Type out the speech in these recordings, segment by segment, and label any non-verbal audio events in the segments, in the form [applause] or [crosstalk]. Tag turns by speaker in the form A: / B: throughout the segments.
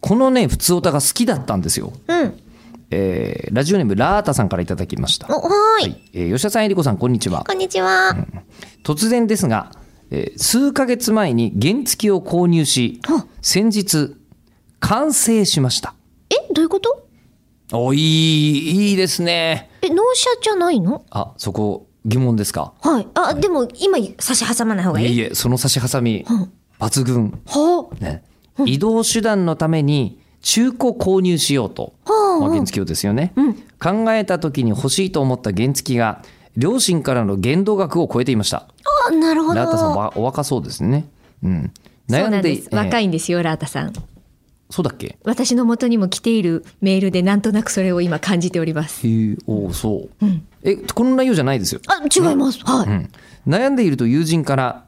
A: このね、普通歌が好きだったんですよ。
B: うん。
A: えーラジオネームラータさんからいただきました。
B: お、はーい,、
A: えー吉田さん、えりこさん、こんにちは。
B: こんにちは。
A: 突然ですが、えー数ヶ月前に原付を購入し
B: は、
A: 先日、完成しました。
B: え、どういうこと
A: お、いい、いいですね。
B: え、納車じゃないの
A: あ、そこ、疑問ですか
B: はい。あ、でも、今、差し挟まない方が
A: いえ
B: いい。
A: いえ、その差し挟み
B: うん、
A: 抜群。
B: は
A: ね、移動手段のために中古購入しようと、
B: あ。はあ。
A: まあ、原付をですよね、
B: うん
A: 考えた時に欲しいと思った原付が両親からの限度額を超えていました
B: あ、なるほど。
A: ラータさんはお若そうですね、うん、
C: そうなんです。若
A: い
C: いんですよ、ラータさん。
A: そうだっけ
C: 私の元にも来ているメールでなんとなくそれを今感じております。
A: へえおーそう、えこの内容じゃないですよ、
B: あ、違います。はい。
A: うん、悩んでいると友人から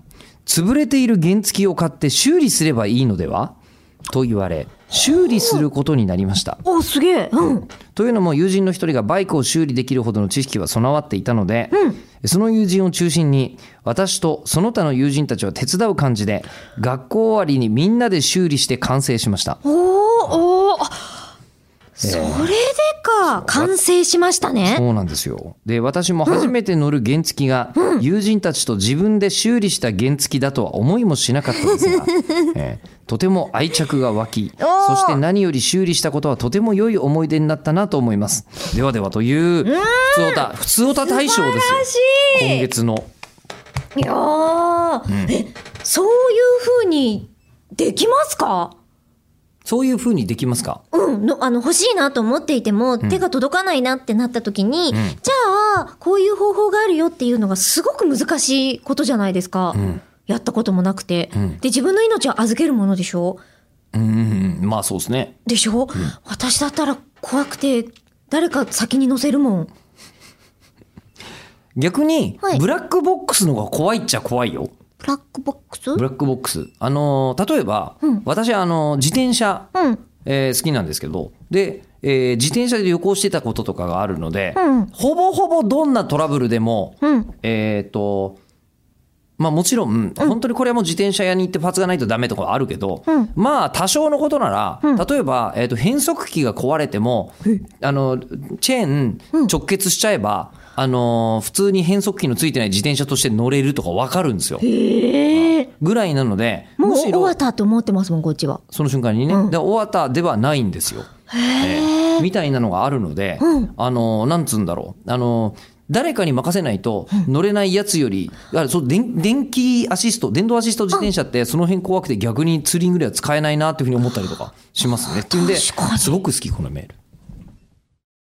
A: 潰れている原付を買って修理すればいいのではと言われ修理することになりました
B: お、すげえ。うん。
A: というのも友人の一人がバイクを修理できるほどの知識は備わっていたので、その友人を中心に私とその他の友人たちは手伝う感じで学校終わりにみんなで修理して完成しました
B: おおおーあそれでか。完成しましたね。
A: そうなんですよで私も初めて乗る原付が友人たちと自分で修理した原付だとは思いもしなかったです
B: [laughs]
A: が、えーとても愛着が湧き
B: おー
A: そして何より修理したことはとても良い思い出になったなと思いますではではという普通おた普通おた大賞ですよ今月の
B: いやー、え、そういう風にできますか
A: そういう風にできますか
B: うん、のあの欲しいなと思っていても、手が届かないなってなった時に、じゃあこういう方法があるよっていうのがすごく難しいことじゃないですか、やったこともなくて、
A: ん
B: で自分の命を預けるものでしょ
A: うん、まあそうですね。
B: でしょ、私だったら怖くて誰か先に乗せるもん
A: 逆に、
B: はい
A: ブラックボックスの方が怖いっちゃ怖いよ。
B: ブラックボックス
A: ブラックボックス。あのー例えば、
B: うん
A: 私、あのー自転車、
B: うん
A: えー好きなんですけど、で、えー自転車で旅行してたこととかがあるので、
B: うん
A: ほぼほぼどんなトラブルでも、
B: うん
A: えっ、と、まあもちろん、本当にこれはもう自転車屋に行ってパーツがないとダメとかはあるけど、
B: うん
A: まあ多少のことなら、
B: うん
A: 例えば、えっ、と、変速機が壊れても、あの、チェーン直結しちゃえば、あのー普通に変速機のついてない自転車として乗れるとかわかるんですよ。
B: ええ
A: ぐらいなので、
B: も
A: む
B: う
A: し
B: 終わ
A: ろ
B: っ、たと思ってますもんこっちは
A: その瞬間にね、
B: う
A: だ
B: ん
A: から終わったではないんですよ。
B: へえ
A: みたいなのがあるので、
B: うん
A: あの、なんつうんだろう。あの、誰かに任せないと乗れないやつより、あそう電電気アシスト、電動アシスト自転車ってその辺怖くて逆にツーリングでは使えないなっていうふうに思ったりとかしますね。っていうんで、
B: 確かに
A: すごく好き、このメール。